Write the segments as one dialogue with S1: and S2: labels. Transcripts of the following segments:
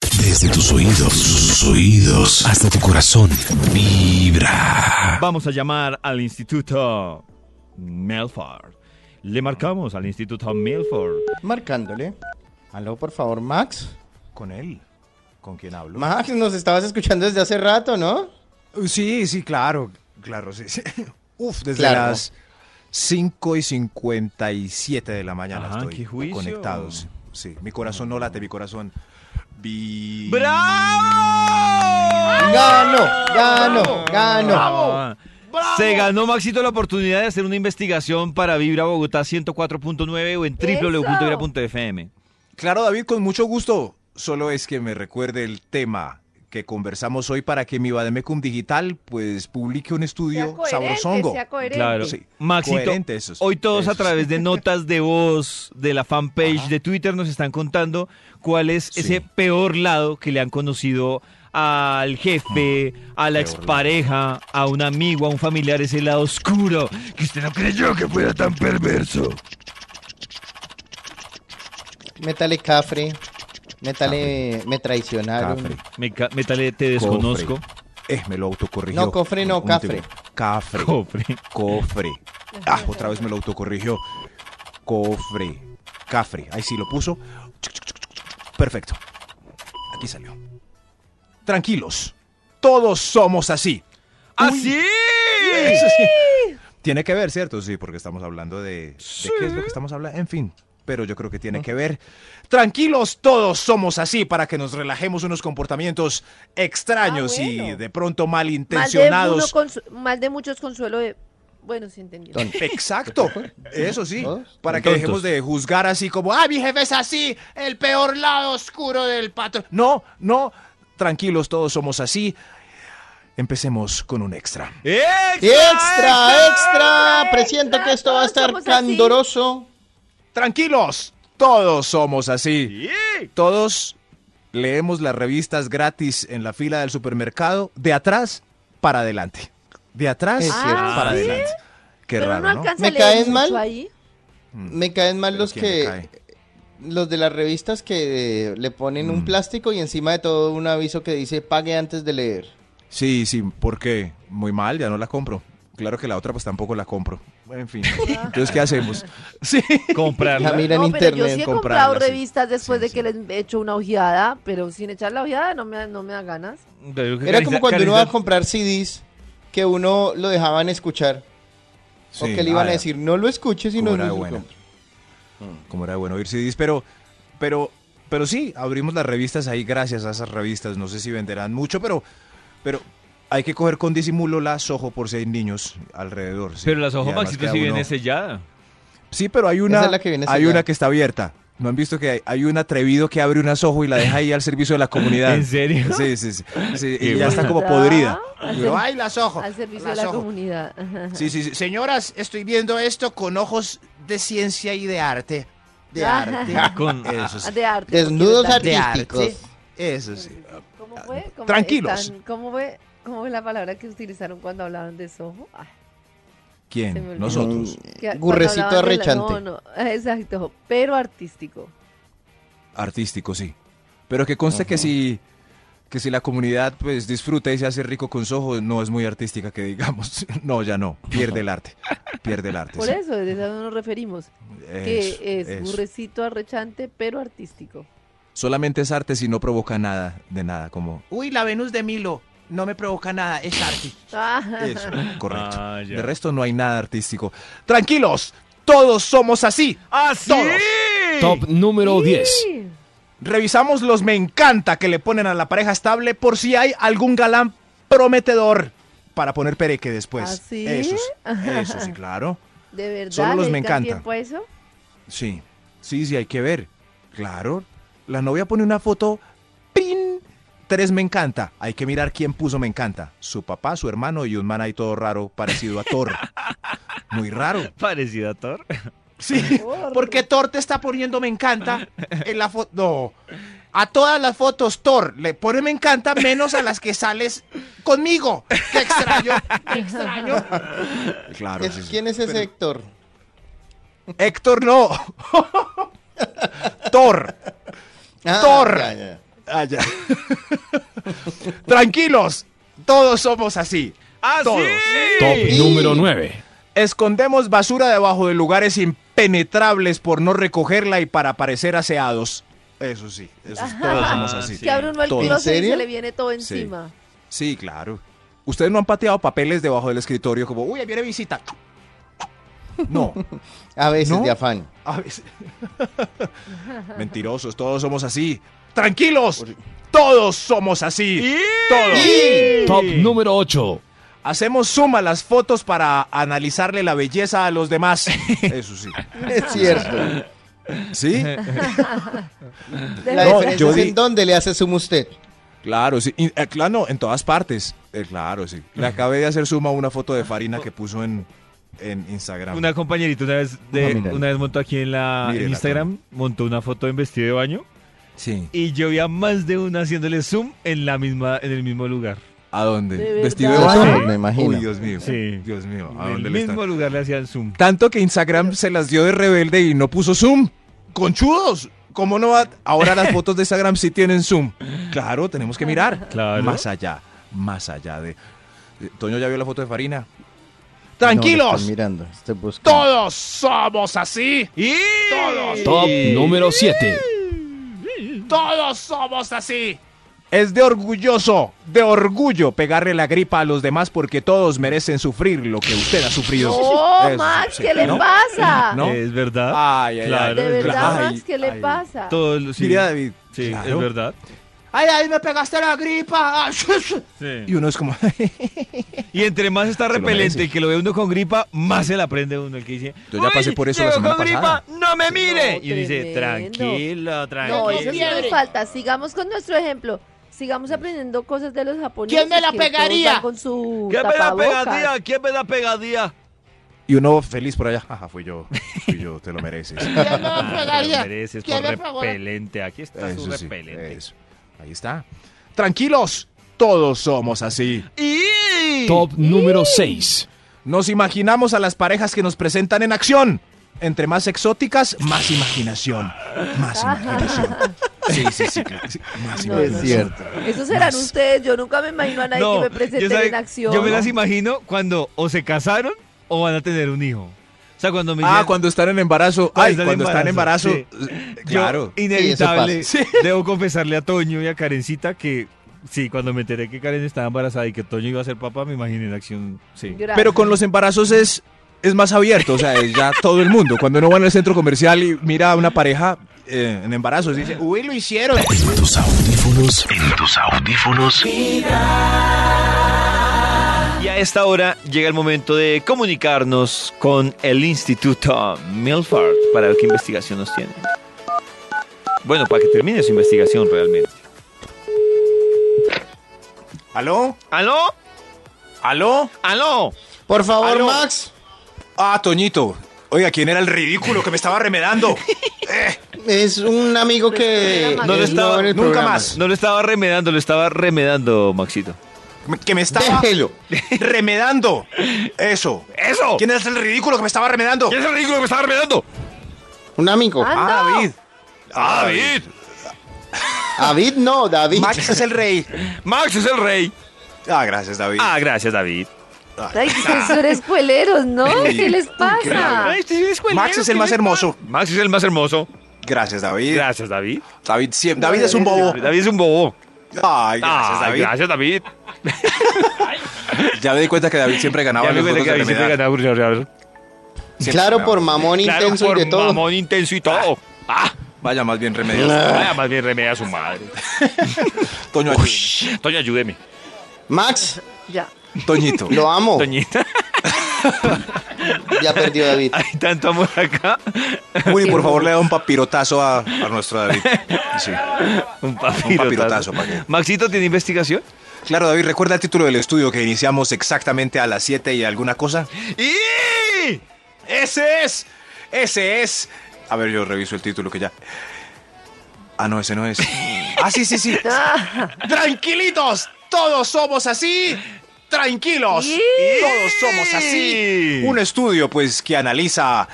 S1: Desde tus oídos, sus oídos, hasta tu corazón. Vibra.
S2: Vamos a llamar al Instituto Melford. Le marcamos al Instituto Melford.
S3: Marcándole. Aló, por favor, Max.
S4: Con él. ¿Con quién hablo?
S3: Max, nos estabas escuchando desde hace rato, ¿no?
S4: sí, sí, claro. Claro, sí. sí. Uf, desde
S3: Claro.
S4: las 5 y 57 de la mañana
S2: Ah,
S4: estoy
S2: qué juicio.
S4: conectados. Sí, mi corazón no late, mi corazón. vi-
S2: ¡Bravo!
S3: Ganó, ganó, ganó.
S2: Ah, Se ganó Maxito la oportunidad de hacer una investigación para Vibra Bogotá 104.9 o en www.vibra.fm.
S4: Claro, David, con mucho gusto. Solo es que me recuerde el tema que conversamos hoy para que mi Bademecum Digital pues publique un
S5: Sea
S4: estudio
S5: coherente,
S4: sabrosongo.
S5: sea coherente.
S2: Claro.
S4: Sí,
S2: Maxito,
S4: coherente, eso es-
S2: hoy todos
S4: eso
S2: a
S4: es.
S2: través de notas de voz de la fanpage de Twitter nos están contando cuál es
S4: Sí.
S2: ese peor lado que le han conocido al jefe, a la expareja, a un amigo, a un familiar, ese lado oscuro que usted no creyó que fuera tan perverso.
S3: Métale cafre. Métale, me traicionaron.
S4: Cafre.
S2: Me, ca- me tale- te desconozco.
S4: Eh, me lo autocorrigió.
S3: No, cofre no,
S4: Un- un tipo-
S3: cafre.
S4: Cafre.
S2: Cofre.
S4: Cofre. Ah, otra vez me lo autocorrigió. Cofre. Cafre. Ahí sí lo puso. Perfecto. Aquí salió. Tranquilos. Todos somos así.
S2: ¡Así!
S4: Eso sí. Tiene que ver, ¿cierto? Sí, porque estamos hablando de, de qué es lo que estamos hablando. En fin, pero yo creo que tiene que ver. Tranquilos, todos somos así para que nos relajemos unos comportamientos extraños
S5: Ah, bueno.
S4: y de pronto
S5: Mal de, uno
S4: malintencionados.
S5: consu- mal de muchos consuelo de... Bueno, sí entendí.
S3: Ton-
S4: Exacto, eso sí,
S3: Todos.
S4: para que
S2: Tontos.
S4: dejemos de juzgar así como, ah, mi jefe es así, el peor lado oscuro del patrón. No, no, tranquilos, todos somos así. Empecemos con un extra.
S3: ¿Eh? Extra, extra. Presiento que esto va a
S5: Todos
S3: estar
S5: somos así.
S3: candoroso.
S4: Tranquilos, todos somos así.
S2: Sí.
S4: Todos leemos las revistas gratis en la fila del supermercado, de atrás para adelante. De atrás
S3: Es cierto.
S4: para
S2: Ah, ¿sí?
S4: adelante. Qué
S5: Pero
S4: raro,
S5: no
S4: ¿no?
S5: alcanza
S3: ¿Me
S5: a leer
S3: caes
S5: mucho
S3: mal?
S5: ahí.
S3: Me caen mal
S4: Pero
S3: los
S4: ¿quién le
S3: que.
S4: cae?
S3: Los de las revistas que le ponen
S4: Mm.
S3: un plástico y encima de todo un aviso que dice pague antes de leer.
S4: Sí, sí, porque muy mal, ya no la compro. Claro que la otra pues tampoco la compro. Bueno, en fin. Entonces, ¿qué hacemos? Sí.
S3: La
S2: Comprarla.
S3: mira en
S5: no, pero yo
S3: internet.
S5: sí he
S4: comprarla,
S5: comprado
S4: sí.
S5: revistas después
S4: Sí,
S5: de que les he hecho una ojeada, pero sin echar la ojeada no me, no me da ganas.
S2: Creo que
S3: Era como
S2: Karencita-
S3: cuando uno va a
S2: Karencita-
S3: comprar CDs que uno lo dejaban escuchar. o que le
S4: ah,
S3: iban a decir, no lo escuches y
S4: Como
S3: no
S4: era
S3: lo
S4: bueno.
S3: compre".
S4: Como era bueno oír CDs, pero, pero, pero sí, abrimos las revistas ahí gracias a esas revistas. No sé si venderán mucho, pero, pero hay que coger con disimulo las ojo por si hay niños alrededor. ¿sí?
S2: Pero las
S4: Y
S2: ojos
S4: además
S2: Maxito
S4: queda
S2: sí
S4: uno-
S2: viene sellada.
S4: Sí, pero hay una,
S3: Esa es la que viene
S4: hay
S3: sellada.
S4: una que está abierta. ¿No han visto que hay, hay un atrevido que abre un ojo y la deja ahí al servicio de la comunidad?
S2: ¿En serio?
S4: Sí, sí, sí. sí,
S2: Qué
S4: y ya está
S5: bueno.
S4: como podrida.
S5: Al
S4: Y uno,
S5: ser-
S4: ¡Ay, las ojos!
S5: Al servicio de la comunidad. Ajá.
S4: Sí, sí, sí. Señoras, estoy viendo esto con ojos de ciencia y de arte. De
S5: Ah.
S4: arte.
S2: Con-
S4: Eso sí.
S5: De arte.
S3: Desnudos
S5: porque
S4: De
S5: están-
S4: arte.
S3: artísticos.
S4: Eso sí.
S5: ¿Cómo fue? ¿Cómo
S4: Tranquilos.
S5: están- ¿Cómo fue? ¿Cómo fue la palabra que utilizaron cuando hablaban de sojo? Ah, Se me
S4: ¿Quién?
S5: olvidó.
S4: Nosotros.
S3: Mm,
S5: que- cuando
S3: Gurrecito
S5: hablaban de la-
S3: arrechante.
S5: No, no, exacto, pero artístico.
S4: Artístico, sí. Pero que conste que si que si la comunidad pues disfruta y se hace rico con sus ojos, no es muy artística que digamos. No, ya no. Pierde el arte. Pierde el arte.
S5: Por
S4: sí.
S5: eso, de eso nos referimos.
S4: Eso,
S5: que es
S4: eso.
S5: burrecito arrechante, pero artístico.
S4: Solamente es arte si no provoca nada de nada, como
S6: Uy, la Venus de Milo. No me provoca nada, es arte.
S5: Ah,
S4: Eso, correcto.
S2: Ah, ya.
S4: de resto no hay nada artístico. Tranquilos, todos somos así.
S2: ¡Así!
S4: Todos.
S1: Top número 10.
S5: sí.
S4: Revisamos los me encanta que le ponen a la pareja estable por si hay algún galán prometedor para poner pereque después.
S5: ¿Ah, sí?
S4: Eso, sí, eso sí, claro.
S5: De verdad.
S4: Solo los
S5: ¿le
S4: me encantan.
S5: dedican tiempo a eso?
S4: Sí, sí, sí, hay que ver. Claro, la novia pone una foto, ¡pin! Tres me encanta. Hay que mirar quién puso me encanta. Su papá, su hermano y un man ahí todo raro, parecido a Thor. Muy raro.
S2: Parecido a Thor.
S4: Sí.
S6: ¿Por qué Thor te está poniendo me encanta?
S4: en la foto. No. A todas las fotos, Thor, le pone me encanta, menos a las que sales conmigo. Qué extraño, qué extraño. Claro.
S3: ¿Qué-
S4: sí, sí.
S3: ¿Quién es ese Héctor?
S4: Héctor, no. Thor.
S3: Ah,
S4: Thor.
S3: ya, ya.
S4: Ah, ya. Tranquilos, todos somos así.
S2: ¡Ah,
S4: Todos.
S1: Top
S2: sí!
S1: número 9.
S4: Escondemos basura debajo de lugares impenetrables por no recogerla y para parecer aseados. Eso sí, eso es- todos
S2: Ajá,
S4: somos así.
S2: sí.
S5: Que abre uno el
S4: Todo. ¿En
S5: closet y
S3: serio?
S5: se le viene todo
S4: Sí.
S5: encima.
S4: Sí, claro. Ustedes no han pateado papeles debajo del escritorio como, uy, ahí viene visita. No,
S3: A veces
S4: ¿No?
S3: de afán.
S4: a veces. Mentirosos, todos somos así. Tranquilos, todos somos así. Todos.
S1: Top número 8.
S4: Hacemos suma las fotos para analizarle la belleza a los demás. Eso sí.
S3: Es cierto.
S4: ¿Sí?
S5: Debe
S3: La
S5: ser-
S4: No,
S3: diferencia
S4: yo
S3: es
S4: di-
S3: en dónde le hace suma usted.
S4: Claro, sí. Y, eh, claro, no, en todas partes. Eh, claro, sí. Le acabé de hacer suma a una foto de Farina que puso en, en Instagram.
S2: Una compañerita una vez, de-
S4: Mírala.
S2: una vez montó aquí en, la, en
S4: Mírela,
S2: Instagram, montó una foto en vestido de baño
S4: Sí.
S2: y yo vi a más de una haciéndole zoom en, la misma, en el mismo lugar.
S4: ¿A dónde?
S5: ¿De
S4: ¿Vestido de
S5: verdad?
S4: baño?
S3: Sí, me imagino.
S4: Uy, Dios mío.
S2: Sí.
S4: Dios mío. ¿A
S2: en
S4: dónde
S2: el
S4: le
S2: mismo
S4: están?
S2: lugar le hacían zoom.
S4: Tanto que Instagram se las dio de rebelde y no puso Zoom. ¡Conchudos! ¿Cómo no va? Ahora las fotos de Instagram sí tienen Zoom. Claro, tenemos que mirar.
S2: Claro.
S4: Más allá. Más allá de. eh, Toño ya vio la foto de Farina.
S3: No, lo
S6: Tranquilos,
S3: estoy mirando, estoy buscando.
S6: todos somos así.
S2: ¡Y!
S6: Todos.
S1: Top número 7.
S6: Todos somos así.
S4: Es de orgulloso, de orgullo pegarle la gripa a los demás porque todos merecen sufrir lo que usted ha sufrido.
S5: ¡Oh,
S4: Eso,
S5: Max!
S4: sí,
S5: ¿Qué le
S4: ¿no?
S5: pasa?
S4: ¿No? Ah,
S2: Es verdad.
S4: Ay, ay,
S2: Claro,
S4: ay.
S5: De
S2: es
S5: verdad,
S4: Ay,
S5: Max, ¿qué le
S4: ay.
S5: pasa?
S2: Todo lo- sí,
S4: Diría David.
S2: sí,
S4: claro.
S2: es verdad.
S6: Ay, ay, me pegaste la gripa. Ah,
S4: Y uno es como.
S2: Y entre más está
S4: lo merece.
S2: repelente el que lo ve uno con gripa, más se la aprende uno. El que dice,
S4: Yo ya
S2: "Uy,
S4: pasé por eso la
S2: llego
S4: semana
S2: con
S4: pasada".
S2: gripa, ¡No me mire!
S5: No,
S2: y uno dice,
S5: tremendo.
S2: tranquilo, tranquilo.
S5: No, eso sí nos falta. Sigamos con nuestro ejemplo. Sigamos aprendiendo cosas de los japoneses.
S6: ¿Quién me la
S5: que todos
S6: pegaría?
S5: van Con su
S2: ¿Quién me da
S5: tapabocas.
S2: pegadía? ¿Quién me da pegadía?
S4: Y uno feliz por allá. Ajá, fui yo. Fui yo, te lo mereces.
S6: ¿Quién me
S2: Ah, te lo mereces
S6: ¿Quién
S2: por
S6: me pegó la-
S2: repelente. Aquí está su
S4: Eso sí,
S2: repelente.
S4: eso. Ahí está. Tranquilos, todos somos así.
S2: Y...
S1: Top número 6.
S4: Nos imaginamos a las parejas que nos presentan en acción. Entre más exóticas, más imaginación. Más imaginación. Sí, sí, sí. claro, sí, Más
S5: Ah, No,
S3: Es
S4: imaginación.
S3: cierto.
S5: Esos serán
S4: Max.
S5: ustedes. Yo nunca me imagino a nadie que me
S2: yo,
S5: presenten
S2: sabe-
S5: en acción.
S2: yo me las imagino cuando o se casaron o van a tener un hijo. O sea, cuando me
S4: Ah,
S2: dicen-
S4: cuando están en embarazo.
S2: Cuando
S4: Ay,
S2: están en
S4: cuando están en embarazo.
S2: embarazo,
S4: eh,
S2: Yo,
S4: Claro.
S2: inevitable.
S4: Sí, eso
S2: Debo confesarle a Toño y a Karencita que sí, cuando me enteré que Karen estaba embarazada y que Toño iba a ser papá, me imaginé en acción. Sí.
S5: Gracias.
S4: Pero con los embarazos es, es más abierto, o sea, es ya todo el mundo. Cuando uno va en el centro comercial y mira a una pareja eh, en embarazo, dice, uy, lo hicieron.
S1: En tus audífonos. En tus audífonos.
S2: Y a esta hora llega el momento de comunicarnos con el Instituto Milford para ver qué investigación nos tiene. Bueno, para que termine su investigación realmente.
S4: ¿Aló?
S2: ¿Aló?
S4: ¿Aló?
S2: ¿Aló?
S3: Por favor,
S4: Aló.
S3: Max.
S4: Ah, Toñito. Oiga, ¿quién era el ridículo que me estaba remedando?
S3: Es un amigo que
S5: No lo
S2: estaba-
S3: en el
S4: nunca
S3: programa.
S4: más.
S2: No lo estaba remedando, lo estaba remedando, Maxito.
S4: Que me estaba
S3: Déjelo.
S4: remedando. Eso.
S2: ¡Eso!
S4: ¿Quién es el ridículo que me estaba remedando?
S2: es el ridículo que me estaba remedando?
S3: Un amigo.
S4: Ah,
S5: ¡Anda!
S4: David. Ah, David.
S3: David no, David.
S4: Max es el rey.
S2: Max es el rey.
S4: Ah, gracias, David.
S2: Ah, gracias, David.
S5: Ay, ustedes son escueleros, ¿no? ¿Qué les pasa?
S4: Max es el más hermoso.
S2: Max es el más hermoso.
S4: Gracias, David.
S2: Gracias, David.
S4: David, siempre- David es un bobo.
S2: David Ah, es un bobo.
S4: Ay, Oh. gracias,
S2: Ay,
S4: David.
S2: Gracias, David.
S4: Ya me di cuenta que David siempre ganaba
S2: Ya
S4: en los
S2: me
S4: juegos
S2: que
S4: de
S2: David siempre
S4: remedar.
S2: ganaba por Real.
S4: Siempre
S3: Claro,
S4: ganaba.
S3: por mamón
S2: Claro,
S3: intenso
S2: por
S3: y de todo.
S2: mamón intenso y todo. Ah,
S4: Vaya, más bien remedios.
S2: vaya más bien remedia a su madre.
S4: Toño,
S2: Toño, ayúdeme.
S3: Max,
S5: Ya.
S4: ayúdame. Toñito.
S3: lo amo.
S2: Toñita,
S3: Ya perdió David.
S2: hay tanto amor acá.
S4: Uri, por favor, le da un papirotazo a, a nuestro David. Sí.
S2: Un papirotazo.
S4: papirotazo, ¿pa' qué?
S2: Maxito, ¿tiene investigación?
S4: Claro, David, recuerda el título del estudio que iniciamos exactamente a las 7 y alguna cosa.
S2: ¡Y!
S4: ¡Ese es! ¡Ese es! A ver, yo reviso el título que ya. Ah, no, ese no es. Ah, sí, sí, sí. Tranquilitos, todos somos así. Tranquilos, todos somos así. Un estudio, pues, que analiza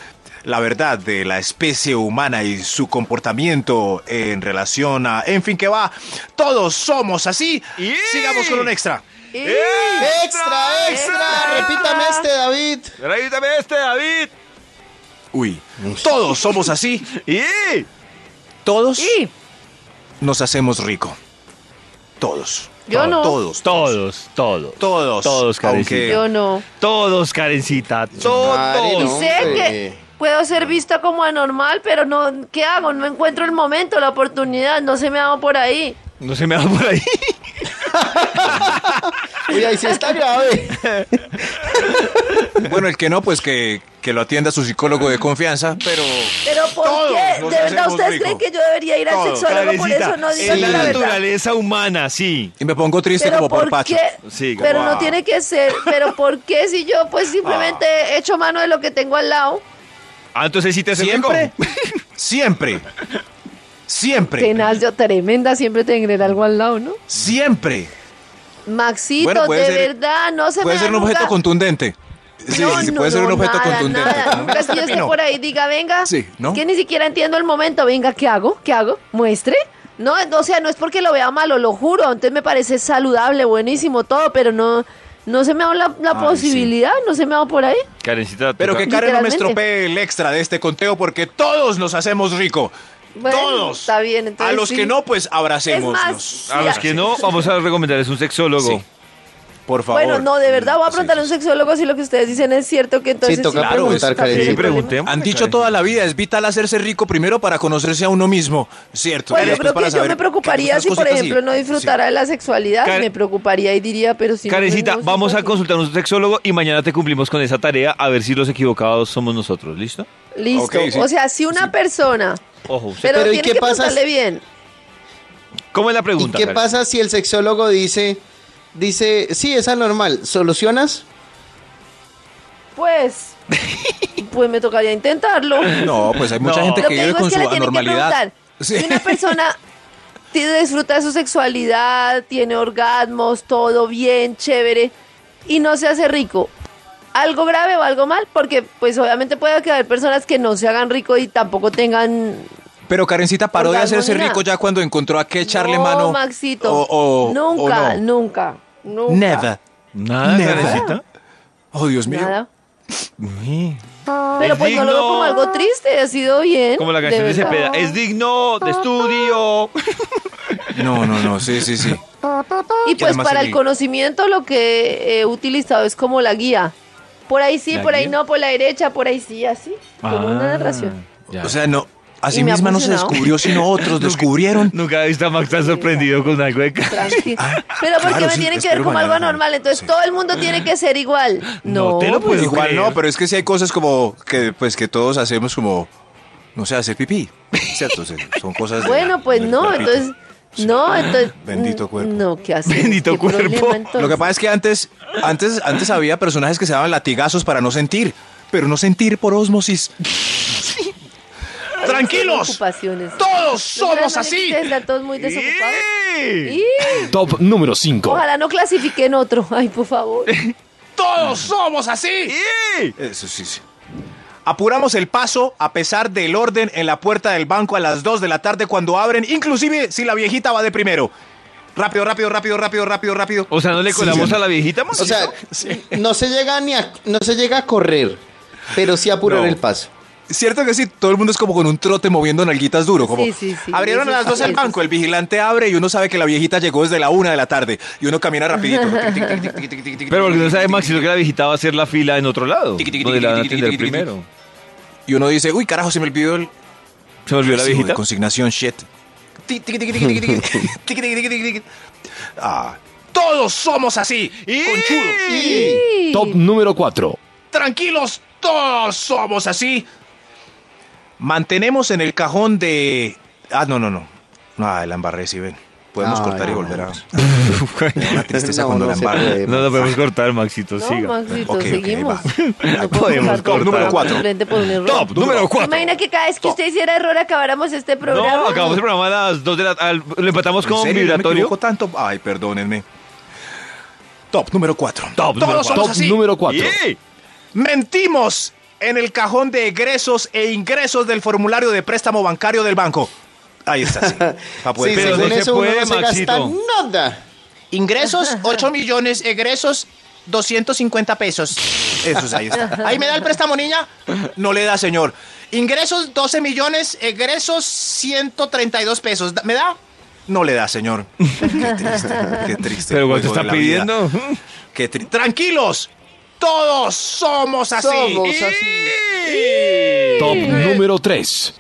S4: la verdad de la especie humana y su comportamiento en relación a... En fin, que va, todos somos así.
S2: ¡Y!
S4: Sigamos con un extra. ¡Eh!
S3: ¡Extra, extra! Repítame este, David.
S2: Repítame este, David.
S4: Uy, todos somos así.
S2: Y
S4: Todos
S5: Y
S4: nos hacemos rico. Todos.
S5: Yo no.
S4: Todos, todos.
S2: todos, todos,
S4: Todos.
S2: Todos,
S4: aunque
S2: Karencita.
S5: yo no.
S2: todos, Karencita,
S3: Madre,
S2: todos.
S3: no.
S5: Sé
S3: Hombre.
S5: que puedo ser vista como anormal, pero no, ¿qué hago? No encuentro el momento, la oportunidad, no se me hago por ahí.
S2: No se me va por ahí.
S3: Uy, ahí sí está grave.
S4: Bueno, el que no, pues que, que lo atienda su psicólogo de confianza, pero...
S5: Pero ¿por
S4: Todos
S5: qué?
S4: nos
S5: ¿De verdad
S4: hacemos
S5: ustedes
S4: rico.
S5: creen que yo debería ir al
S4: Todos,
S5: sexólogo? Por
S2: Karencita,
S5: eso no digan
S2: es
S5: la,
S2: la
S5: verdad.
S2: naturaleza humana, sí.
S4: Y me pongo triste
S5: Pero
S4: como por,
S5: ¿por
S4: Pacho.
S5: qué?
S2: Sí, como,
S5: pero
S4: ah.
S5: no tiene que ser. Pero ¿por qué si yo pues simplemente
S4: Ah.
S5: echo mano de lo que tengo al lado?
S2: Ah, entonces sí te hace
S4: Siempre,
S2: rico.
S4: siempre, siempre,
S5: Tenaz, yo tremenda, siempre tener algo al lado, ¿no?
S4: siempre.
S5: Maxito,
S4: Bueno, puede
S5: de
S4: ser-
S5: verdad, no se
S4: Puede
S5: me
S4: ser un
S5: da
S4: objeto
S5: nunca-
S4: contundente. Sí,
S5: No,
S4: sí,
S5: no,
S4: puede ser
S5: no,
S4: un objeto
S5: nada,
S4: contundente.
S5: nada.
S4: ¿no?
S5: Nunca es que yo esté
S4: No.
S5: por ahí, diga, venga.
S4: Sí, ¿no?
S5: Es que ni siquiera entiendo el momento. Venga, ¿qué hago? ¿Qué hago? Muestre. No, no, o sea, no es porque lo vea malo, lo juro. Entonces me parece saludable, buenísimo, todo, pero no, no se me ha dado la, la
S4: Ay,
S5: posibilidad, no se me ha dado por ahí.
S2: Karencita,
S4: Pero que Karen no me
S5: Literalmente.
S4: estropee el extra de este conteo porque todos nos hacemos rico.
S5: Bueno,
S4: todos.
S5: está bien,
S4: a
S5: entonces
S4: los
S5: sí.
S4: que no, pues abracémonos.
S5: Es más,
S2: a Ah, los que no, vamos a recomendarles un sexólogo.
S4: Sí. Por favor.
S5: Bueno, no, de verdad voy a
S4: Sí,
S5: preguntarle a un
S4: sí, sí.
S5: sexólogo si lo que ustedes dicen es cierto, que entonces...
S3: toca
S5: sí,
S4: preguntar,
S5: pues,
S3: Karencita.
S2: Sí,
S5: ¿qué problema?
S2: preguntémosle,
S4: Han dicho
S2: Karencita.
S4: toda la vida, es vital hacerse rico primero para conocerse a uno mismo, ¿cierto?
S5: Pues
S4: Y
S5: yo
S4: después
S5: creo
S4: para
S5: que yo
S4: saber
S5: me
S4: que
S5: preocuparía
S4: otras
S5: si, por
S4: cositas
S5: ejemplo,
S4: sí.
S5: no disfrutara de la sexualidad.
S2: Karen-
S5: me preocuparía y diría, pero si. no, pues,
S2: Karencita,
S5: no, no,
S2: vamos
S5: sí,
S2: a
S5: ¿por
S2: consultar a un sexólogo y mañana te cumplimos con esa tarea a ver si los equivocados somos nosotros, ¿listo?
S5: qué? Listo.
S4: Ok, sí.
S5: O sea, si una persona.
S2: Ojo, usted-
S5: Pero,
S3: Pero, ¿y
S5: tiene
S3: qué
S5: que
S3: pasa
S5: preguntarle bien.
S2: ¿cómo es la
S3: ¿Y
S2: pregunta?
S3: qué
S2: Karen?
S3: pasa si el sexólogo dice, dice, sí, es anormal, ¿solucionas?
S5: Pues. pues me tocaría intentarlo.
S4: No, pues hay mucha
S2: No.
S4: gente
S5: Lo
S4: que
S5: que
S4: vive
S5: digo
S4: con
S5: es que
S4: su
S5: le tienen que
S4: anormalidad.
S5: preguntar.
S4: Sí.
S5: Si una persona ti- disfruta de su sexualidad, tiene orgasmos, todo bien, chévere, y no se hace rico, ¿algo grave o algo mal? Porque, pues, obviamente puede que haber personas que no se hagan rico y tampoco tengan...
S4: Pero Karencita paró de
S5: Orgasmo
S4: hacerse
S5: ni nada.
S4: rico ya cuando encontró a qué echarle
S5: No,
S4: mano.
S5: Maxito.
S4: O- o-
S5: nunca,
S4: o no.
S5: nunca, nunca.
S4: Never.
S2: Nada,
S4: Nada.
S2: Karencita.
S4: Oh, Dios mío.
S5: Nada.
S2: Uy,
S5: Pero
S2: Es
S5: pues no lo veo
S2: digno.
S5: como algo triste, ha sido bien.
S2: Como la canción de
S5: ¿Eh? verdad.
S2: Cepeda. Es digno de estudio.
S4: No, no, no, sí, sí, sí.
S5: Y pues
S4: además
S5: para
S4: el-
S5: el conocimiento lo que he utilizado es como la guía. Por ahí sí,
S2: ¿La
S5: por ahí
S2: guía?
S5: no, por la derecha, por ahí sí, así. Como
S4: Ah.
S5: una narración.
S2: Ah, Ya.
S4: O sea, no, a sí
S5: Y me ha
S4: misma no se
S5: funcionado.
S4: descubrió, sino otros descubrieron.
S2: Nunca he visto a Max tan sorprendido con algo de Karen.
S5: Tranqui. Pero porque
S4: claro,
S5: me
S4: sí,
S5: tiene que
S4: espero
S5: ver como
S4: mañana,
S5: algo anormal. Entonces
S4: sí.
S5: todo el mundo tiene que ser igual.
S2: No
S5: No.
S2: te lo
S5: pues,
S2: puedo
S4: Igual
S2: creer.
S4: no, pero es que sí hay cosas como que, pues, que todos hacemos como, no sé, hacer pipí. ¿Cierto? O sea, Son cosas. de-
S5: Bueno, pues
S4: del
S5: no,
S4: cuerpito.
S5: entonces.
S4: Sí.
S5: No, entonces. mm,
S4: Bendito cuerpo.
S5: No, ¿qué hacemos?
S2: Bendito
S5: ¿Qué
S2: cuerpo.
S5: problema,
S4: Lo que
S5: entonces?
S4: pasa es que antes, antes, antes había personajes que se daban latigazos para no sentir, pero no sentir por osmosis.
S6: ¡Tranquilos!
S5: Ocupaciones.
S6: ¡Todos
S5: Lo grande es
S6: somos
S5: que
S6: así!
S5: ustedes están todos muy desocupados. Y
S1: Top número 5.
S5: ojalá no clasifiquen otro. Ay, por favor.
S6: ¡Todos somos así!
S4: Eso sí, sí. Apuramos el paso a pesar del orden en la puerta del banco a las 2 de la tarde cuando abren, inclusive si la viejita va de primero. Rápido, rápido, rápido, rápido, rápido, rápido.
S2: O sea, ¿no le colamos a la viejita, Max?
S3: O sea, no se llega ni a, no se llega a correr, pero sí a apurar
S4: No.
S3: el paso.
S4: Cierto que sí, todo el mundo es como con un trote moviendo nalguitas duro. Como,
S5: Sí, sí, sí,
S4: abrieron a
S5: eso
S4: las
S5: sí,
S4: 2 el
S5: eso
S4: banco,
S5: sí.
S4: el vigilante abre y uno sabe que la viejita llegó desde la 1 de la tarde y uno camina rapidito.
S2: Pero porque no sabe Max, sino que la viejita va a hacer la fila en otro lado. Donde la van a atender primero.
S4: Y uno dice, uy, carajo, se me olvidó el
S2: Se volvió la
S4: recibo de
S2: viejita.
S4: consignación, shit. Ti, tiqui, tiqui, tiqui, tiqui, tiqui. Tiqui, tiqui, tiqui, tiqui, tiqui. Ah,
S6: ¡Todos somos así!
S2: Y-
S6: ¡Conchudos!
S3: Y
S1: Top número 4.
S6: ¡Tranquilos! ¡Todos somos así!
S4: Mantenemos en el cajón de. Ah, no, no, no. Ah, la embarré, sí, ven. Podemos
S3: Ay,
S4: cortar y
S3: Ah, no.
S4: volver a. La tristeza
S3: No,
S4: cuando
S3: no
S4: la
S3: se
S4: embarré.
S3: puede.
S2: No lo podemos cortar, Maxito,
S5: No,
S2: siga.
S5: Maxito,
S4: Ok, ok,
S5: seguimos.
S4: va.
S5: No
S2: Podemos cortar.
S5: dejar todo el
S2: Número
S5: programa
S4: cuatro.
S5: enfrente por un error.
S2: Top número 4.
S5: Imagina que cada vez que usted hiciera error acabáramos este programa.
S2: No, acabamos el programa a las 2 de la tarde. Lo empatamos
S4: ¿En
S2: con
S4: serio? No me
S2: vibratorio.
S4: equivoco tanto. Ay, perdónenme. Top número 4.
S2: Top número
S6: Todos
S2: cuatro.
S1: Top
S6: somos así.
S1: número 4.
S2: Y-
S4: Mentimos en el cajón de egresos e ingresos del formulario de préstamo bancario del banco. Ahí está, sí. Pa' poder
S3: Sí,
S2: pero
S4: pedir.
S3: según
S2: no se
S3: eso uno
S2: puede,
S3: no se gasta
S2: Maxito.
S3: nada.
S6: Ingresos, 8 millones. Egresos, 250 pesos.
S4: Eso es, ahí está.
S6: Ahí me da el préstamo, niña.
S4: No le da, señor.
S6: Ingresos, 12 millones. Egresos, 132 pesos. ¿Me da?
S4: No le da, señor. Qué triste, qué triste.
S2: Pero
S4: juego
S2: ¿cuánto está
S4: de la vida.
S2: pidiendo?
S4: Qué tri-
S6: Tranquilos. Todos somos así.
S3: Somos
S6: Y-
S3: así.
S1: Top número 3.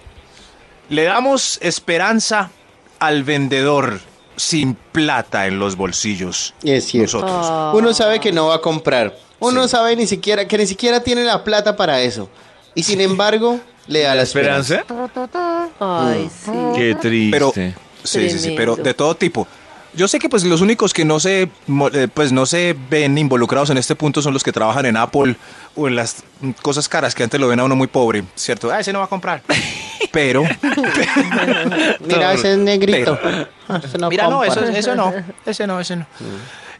S4: Le damos esperanza al vendedor sin plata en los bolsillos.
S3: Es cierto. Ah,
S4: Nosotros.
S5: Ah,
S3: Uno sabe que no va a comprar. Uno sabe ni siquiera que ni siquiera tiene la plata para eso. Y sin embargo, le da la esperanza.
S2: ¿Esperanza?
S5: Ay, sí.
S2: Qué triste.
S4: pero sí, sí, sí, pero
S5: Tremendo.
S4: de todo tipo. Yo sé que pues los únicos que no se mo- eh, pues no se ven involucrados en este punto son los que trabajan en Apple o en las mm, cosas caras que antes lo ven a uno muy pobre, ¿cierto? Ah, ese no va a comprar. Pero
S3: Mira, ese es negrito. Ah, se lo
S6: Mira, no,
S3: compra.
S6: eso, eso no. Ese no, ese no.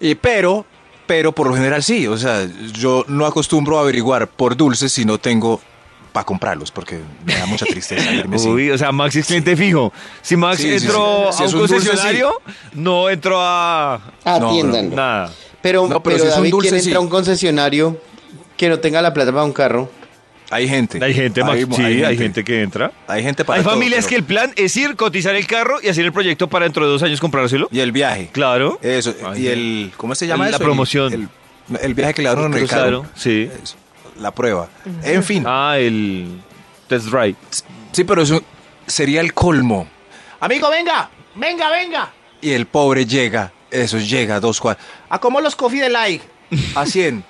S4: y pero pero por lo general sí, o sea, yo no acostumbro a averiguar por dulces si no tengo para comprarlos porque me da mucha tristeza irme sin.
S2: Uy, o sea, Max es cliente fijo. Si Max
S4: Sí, sí, sí.
S2: entró
S4: Si
S2: a
S4: es
S2: un
S4: un dulce,
S2: concesionario, no entró a
S3: Atiéndanlo.
S2: nada.
S3: Pero,
S4: No, pero
S3: pero
S4: si es un
S3: David,
S4: dulce,
S3: ¿quién
S4: sí.
S3: entra a un concesionario que no tenga la plata para un carro?
S4: Hay gente.
S2: Hay gente, Max.
S4: mo-
S2: sí, hay gente. que entra.
S4: Hay gente para
S2: hay
S4: todo,
S2: familias
S4: pero-
S2: que el plan es ir, cotizar el carro y hacer el proyecto para dentro de dos años comprárselo.
S4: Y el viaje.
S2: Claro.
S4: Eso.
S2: Ay,
S4: y el. ¿Cómo se llama
S2: La
S4: eso? El-
S2: promoción.
S4: El, el viaje que le dieron en el
S2: Claro,
S4: carro.
S2: sí.
S4: Eso, La prueba. En fin.
S2: Ah, el test drive.
S4: Sí, pero eso sería el colmo.
S6: Amigo, venga. Venga, venga.
S4: Y el pobre llega. Eso llega a dos cuadras.
S6: ¿A cómo los coffee de like?
S4: A 100.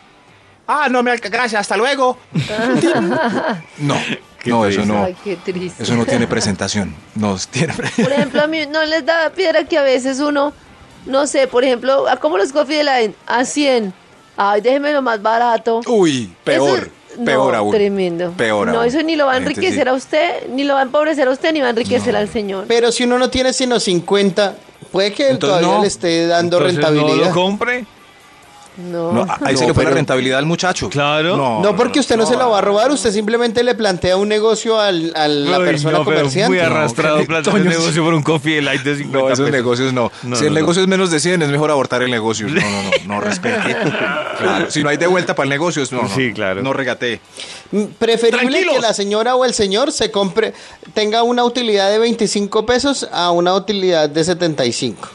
S6: Ah, no, me alca- gracias. Hasta luego.
S4: No. No, eso no.
S5: Ay, qué triste.
S4: Eso no tiene presentación. No tiene. pre-
S5: Por ejemplo, a mí no les da piedra que a veces uno, no sé, por ejemplo, ¿a cómo los coffee de la en? A 100. Ay, déjeme lo más barato.
S4: Uy, Uh, peor.
S5: Eso es-
S4: peor
S5: no,
S4: aún.
S5: Tremendo.
S4: Peor
S5: No,
S4: aún.
S5: eso ni lo va a
S4: La gente sí.
S5: enriquecer a usted, ni lo va a empobrecer a usted, ni va a enriquecer al señor.
S3: Pero si uno no tiene sino 50, puede que él
S4: Entonces,
S3: todavía
S4: no.
S3: le esté dando
S2: Entonces, No
S3: rentabilidad.
S2: lo compre.
S5: No.
S4: No, ahí se
S3: No,
S4: le fue la
S3: pero-
S4: rentabilidad al muchacho.
S2: Claro.
S4: No,
S3: No, porque usted no, se lo va a robar, usted simplemente le plantea un negocio al, a la
S2: Uy,
S3: persona
S2: no, pero
S3: comerciante.
S2: Muy arrastrado
S4: No,
S2: plantear un
S4: Toño,
S2: negocio por un coffee de light de 50
S4: No, esos
S2: pesos.
S4: negocios no.
S2: No,
S4: si el
S2: no,
S4: negocio es menos de 100, es mejor abortar el negocio. No, no, no, no respete. Claro, si no hay de vuelta para el negocio, no, no,
S2: Sí, claro.
S4: No regatee.
S3: Mm, Preferible
S6: Tranquilos.
S3: que la señora o el señor se compre, tenga una utilidad de 25 pesos a una utilidad de 75.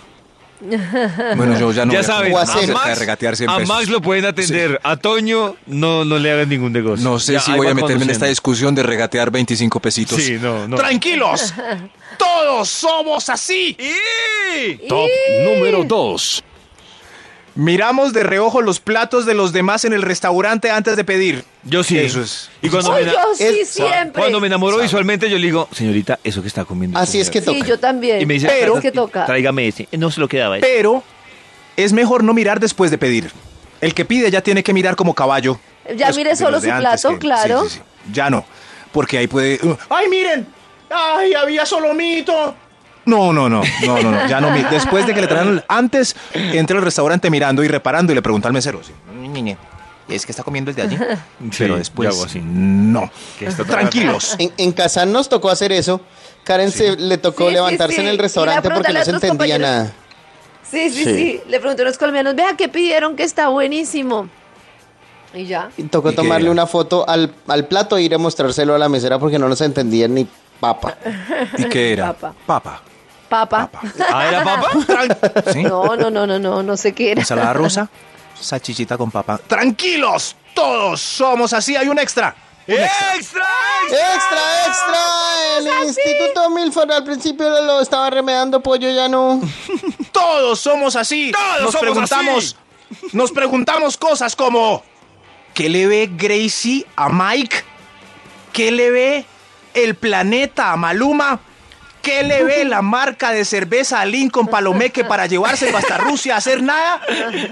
S4: Bueno, yo ya no.
S2: ya
S4: voy a-
S2: saben,
S3: o
S2: a
S4: cerca de
S2: Max,
S4: regatear 100
S2: a
S4: pesos.
S2: Max lo pueden atender. A Toño no, no le hagan ningún negocio.
S4: No sé
S2: Ya,
S4: si
S2: ahí
S4: voy
S2: va
S4: a meterme en
S2: conduciendo.
S4: esta discusión de regatear 25 pesitos.
S2: Sí, no, no.
S6: Tranquilos. Todos somos así.
S2: ¡Y!
S1: Top número 2.
S4: Miramos de reojo los platos de los demás en el restaurante antes de pedir.
S2: Yo sí.
S4: Eso es.
S2: Y cuando,
S5: Ay,
S2: me,
S5: yo sí
S3: es-
S5: siempre.
S2: cuando me enamoro visualmente, yo le digo, señorita, eso que está comiendo.
S3: Así es que
S5: sí,
S3: toca.
S5: yo también.
S2: Y me dice,
S5: pero
S2: "Ah,
S5: es que toca.
S2: Tráigame ese. Eh, No se lo quedaba. este, ese.
S4: Pero es mejor no mirar después de pedir. El que pide ya tiene que mirar como caballo.
S5: Ya
S4: Pues,
S5: mire
S4: de
S5: solo
S4: los de
S5: su
S4: antes
S5: plato,
S4: que-
S5: claro.
S4: sí, sí, sí. Ya no. Porque ahí puede. uh,
S6: ¡Ay, miren! ¡Ay, había solomito!
S4: No, no, no, no, no, no, ya no. mi- Después de que le trajeron, antes entré al restaurante mirando y reparando y le pregunté al mesero, sí, niñe, es que está comiendo el de allí.
S2: Sí,
S4: Pero
S2: yo hago
S4: después,
S2: así.
S4: no.
S2: Que está
S5: Ah.
S4: Tranquilos.
S3: En, en Kazán nos tocó hacer eso. Karen se, le tocó
S5: Sí, sí,
S3: levantarse
S5: sí.
S3: en el
S5: Y la
S3: restaurante porque
S5: preguntarle
S3: no
S5: a
S3: se
S5: otros
S3: entendía nada.
S5: compañeros. Sí, sí,
S3: Sí.
S5: sí, Le pregunté a los colombianos, vea qué pidieron, que está buenísimo. Y ya.
S3: Y tocó
S4: ¿Y qué
S3: tomarle
S4: era?
S3: una foto al, al plato e ir a mostrárselo a la mesera porque no nos entendía ni papa.
S4: ¿Y qué era?
S5: Papa.
S4: Papa.
S5: Papa.
S2: ¿Ah, era papa?
S4: ¿Sí?
S5: No, no, no, no, no, no sé qué era.
S4: Ensalada rusa, salchichita con papa.
S6: ¡Tranquilos! Todos somos así. Hay un extra.
S2: ¡Extra!
S3: ¡Extra, extra! El Instituto Milford al principio lo estaba remedando pollo, ya no.
S6: Todos somos así.
S2: Todos
S6: nos
S2: somos
S6: preguntamos, Nos preguntamos cosas como ¿Qué le ve Gracie a Mike? ¿Qué le ve el planeta a Maluma? ¿Qué le ve la marca de cerveza a Lincoln Palomeque para llevárselo hasta Rusia a hacer nada?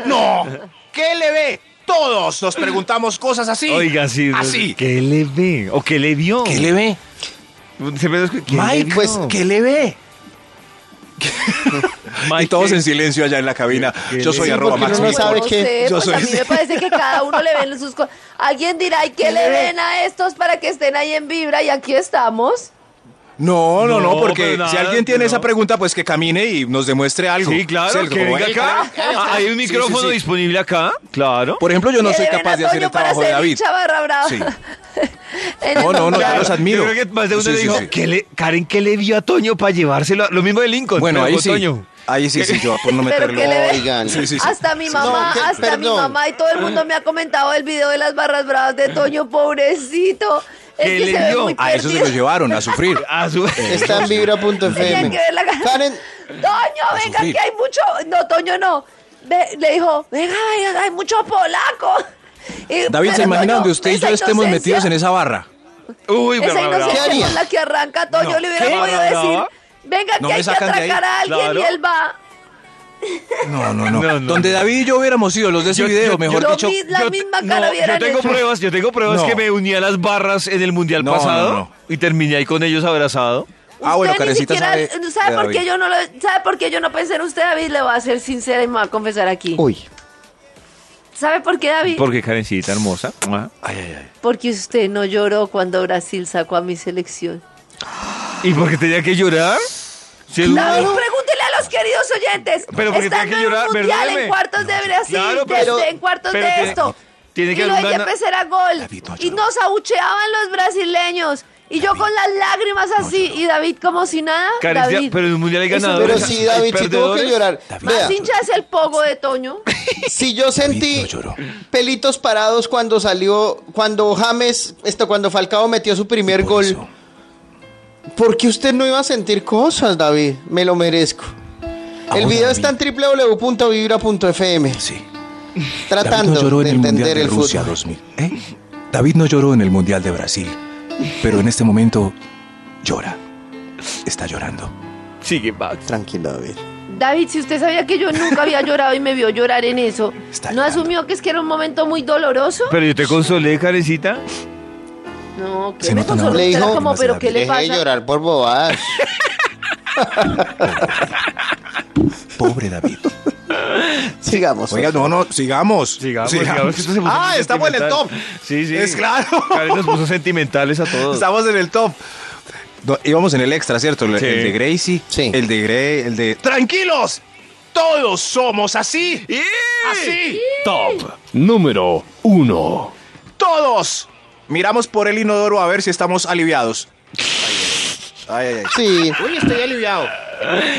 S6: No. ¿Qué le ve? Todos nos preguntamos cosas así.
S2: Oiga, sí.
S4: Ah,
S2: no-
S6: Así.
S2: ¿Qué le ve? ¿O qué le vio?
S4: ¿Qué le ve?
S2: Se me- pues, ¿qué le
S6: Mike,
S2: vio?
S6: pues, ¿qué le ve?
S4: y todos en silencio allá en la cabina. Yo soy
S3: Sí,
S4: arroba
S3: porque
S4: Max
S3: uno no
S4: Milford.
S3: sabe qué.
S5: sé,
S4: Yo
S5: pues a
S4: soy-
S5: mí me parece que cada uno le ven sus cosas. Alguien dirá, ¿y qué le ven a estos para que estén ahí en vibra? Y aquí estamos.
S4: No, no, no,
S2: No,
S4: porque
S2: pero nada,
S4: si alguien tiene
S2: no.
S4: esa pregunta, pues que camine y nos demuestre algo.
S2: Sí, claro,
S4: Ser
S2: que
S4: como,
S2: venga
S4: "Ey,
S2: acá. Ah, Hay un
S4: Sí, sí,
S2: micrófono
S4: sí.
S2: disponible acá, claro.
S4: Por ejemplo, yo no
S5: ¿Qué
S4: soy
S5: le ven
S4: capaz
S5: a
S4: de hacer
S5: Toño
S4: el
S5: para
S4: trabajo de
S5: ser
S4: David.
S5: Chavarra Brava?
S4: Sí.
S5: En el
S4: No, no, no,
S5: mundial.
S4: yo los admiro.
S2: Yo creo que más de uno
S4: Sí,
S2: le
S4: sí,
S2: dijo,
S4: sí.
S2: "¿Qué le- Karen, ¿qué le vio a Toño para llevárselo? a-?" Lo mismo de Lincoln.
S4: Bueno,
S2: pero
S4: ahí
S2: con
S4: sí.
S2: Toño.
S4: Ahí sí, sí, yo por no
S5: Pero
S4: meterlo.
S5: que le ve-
S3: Oigan.
S4: Sí, sí, sí.
S5: Hasta mi
S3: No,
S5: mamá,
S3: que-
S5: hasta mi
S3: perdón.
S5: mamá y todo el mundo me ha comentado el video de las barras bravas de Toño, pobrecito.
S2: ¿Qué
S5: Es que
S2: le
S5: se ve
S2: dio?
S5: muy
S4: A eso se
S5: perdido.
S4: lo llevaron, a sufrir.
S2: A su
S3: Está en
S5: Tenían que
S3: vibra.fm.
S5: ver la cara.
S3: Karen,
S5: Toño, venga,
S4: sufrir.
S5: que hay mucho. No, Toño no. Ve- le dijo, venga, venga, hay mucho polaco.
S4: David,
S5: Y- pero
S4: ¿se imagina
S5: Toño,
S4: donde usted y
S5: esa
S4: yo estemos
S5: inocencia,
S4: metidos en esa barra?
S2: Uy,
S5: Esa
S2: brava, brava.
S5: inocencia
S3: ¿Qué haría?
S5: con la que arranca Toño,
S2: No,
S5: le hubiera
S2: ¿qué?
S5: podido
S2: Barra
S5: decir,
S2: brava.
S5: venga,
S4: No
S5: que
S4: me
S5: hay que
S4: sacan de ahí.
S5: atracar a alguien
S2: Claro.
S5: y él va.
S4: No, no, no.
S2: No, no,
S4: donde
S2: no.
S4: David y yo hubiéramos sido los de ese
S2: Yo-
S4: video,
S2: yo-
S4: mejor
S5: yo
S4: dicho.
S5: vi la misma cara
S2: yo
S5: hubieran
S2: tengo
S5: hecho.
S2: pruebas, yo tengo pruebas
S4: No.
S2: que me uní a las barras en el mundial
S4: No,
S2: pasado
S4: no, no.
S2: y terminé ahí con ellos abrazado.
S4: Ah, bueno,
S5: Usted ni
S4: Karencita
S5: siquiera-
S4: sabe.
S5: ¿sabe,
S4: de
S5: por
S4: David.
S5: qué yo no lo- ¿Sabe por qué yo no pensé en usted, David? Le voy a ser sincera y me voy a confesar aquí.
S3: uy.
S5: ¿Sabe por qué, David?
S2: Porque Karencita hermosa. Mua.
S4: Ay, ay, ay.
S5: Porque usted no lloró cuando Brasil sacó a mi selección.
S2: ¿Y porque tenía que llorar? Si el-
S5: David, pregúntele a los queridos oyentes.
S2: Pero porque
S5: Estando
S2: tiene que llorar,
S5: en un mundial,
S2: perdóneme.
S5: en cuartos de Brasil,
S2: claro,
S5: desde
S2: pero-
S5: en cuartos
S2: pero
S5: de
S2: tiene-
S5: esto.
S2: tiene que
S5: y
S2: haber
S5: lo
S2: un
S5: de
S2: gana-
S5: Yepes era gol.
S4: David, no
S5: y
S4: lloró.
S5: nos abucheaban los brasileños. Y yo con las lágrimas así. y David como si nada.
S2: Karencita-
S5: David.
S2: pero en el mundial hay
S5: Eso-
S2: ganadores.
S3: Pero
S2: hay
S3: si David si tuvo que
S2: perdedores.
S3: llorar. Vea,
S5: Más hincha es el pogo de Toño.
S3: si yo sentí
S4: no lloró.
S3: pelitos parados cuando salió, cuando James, esto, cuando Falcao metió su primer
S4: Por
S3: gol.
S4: eso.
S3: ¿Por qué usted no iba a sentir cosas, David? Me lo merezco.
S4: Ahora,
S3: el video
S4: Ah, David.
S3: está en www.vibra.fm
S4: Sí. David no
S3: tratando
S4: lloró en
S3: de
S4: el Mundial
S3: entender
S4: de
S3: el
S4: Rusia
S3: fútbol.
S4: 2000. ¿eh? David no lloró en el Mundial de Brasil, pero en este momento llora. Está llorando.
S2: Sigue, Max.
S3: Tranquilo, David.
S5: David, si usted sabía que yo nunca había llorado y me vio llorar en eso,
S4: Está
S5: ¿no
S4: llorando.
S5: asumió que es que era un momento muy doloroso?
S2: Pero yo te consolé, Karencita.
S5: No, que
S4: Se
S5: me
S4: nota una
S5: consoló.
S3: Le
S5: Usted era
S3: dijo,
S5: como, pero ¿qué le
S3: Deje de
S5: pasa?
S3: llorar por bobadas.
S4: Pobre David.
S3: Sigamos.
S4: Oiga, no, no, sigamos.
S2: Sigamos, sigamos, que esto se puso
S4: Ah,
S2: muy
S4: estamos en el top.
S2: sentimental. Sí, sí.
S4: Es claro.
S2: Karen nos puso sentimentales a todos.
S4: Estamos en el top. No, íbamos en el extra, ¿cierto? El,
S2: Sí.
S4: el de Gracie.
S3: Sí.
S4: El de Gray, el de. ¡Tranquilos! Todos somos así.
S2: Y-
S4: Así.
S2: Top.
S1: número 1.
S4: Todos. Miramos por el inodoro a ver si estamos aliviados. Ay, ay, ay.
S3: Sí.
S4: Uy, estoy aliviado.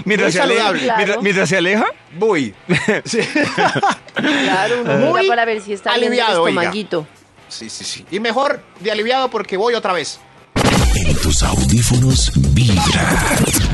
S2: Mientras se, aleja,
S5: saludable. Claro.
S2: mientras, mientras se aleja,
S4: Voy. Sí.
S5: Claro, uno
S4: Muy
S5: mira para ver si está bien el
S4: aliviado, oiga.
S5: estomaguito.
S4: sí, sí, sí. Y mejor de aliviado porque voy otra vez.
S1: En tus audífonos vibra.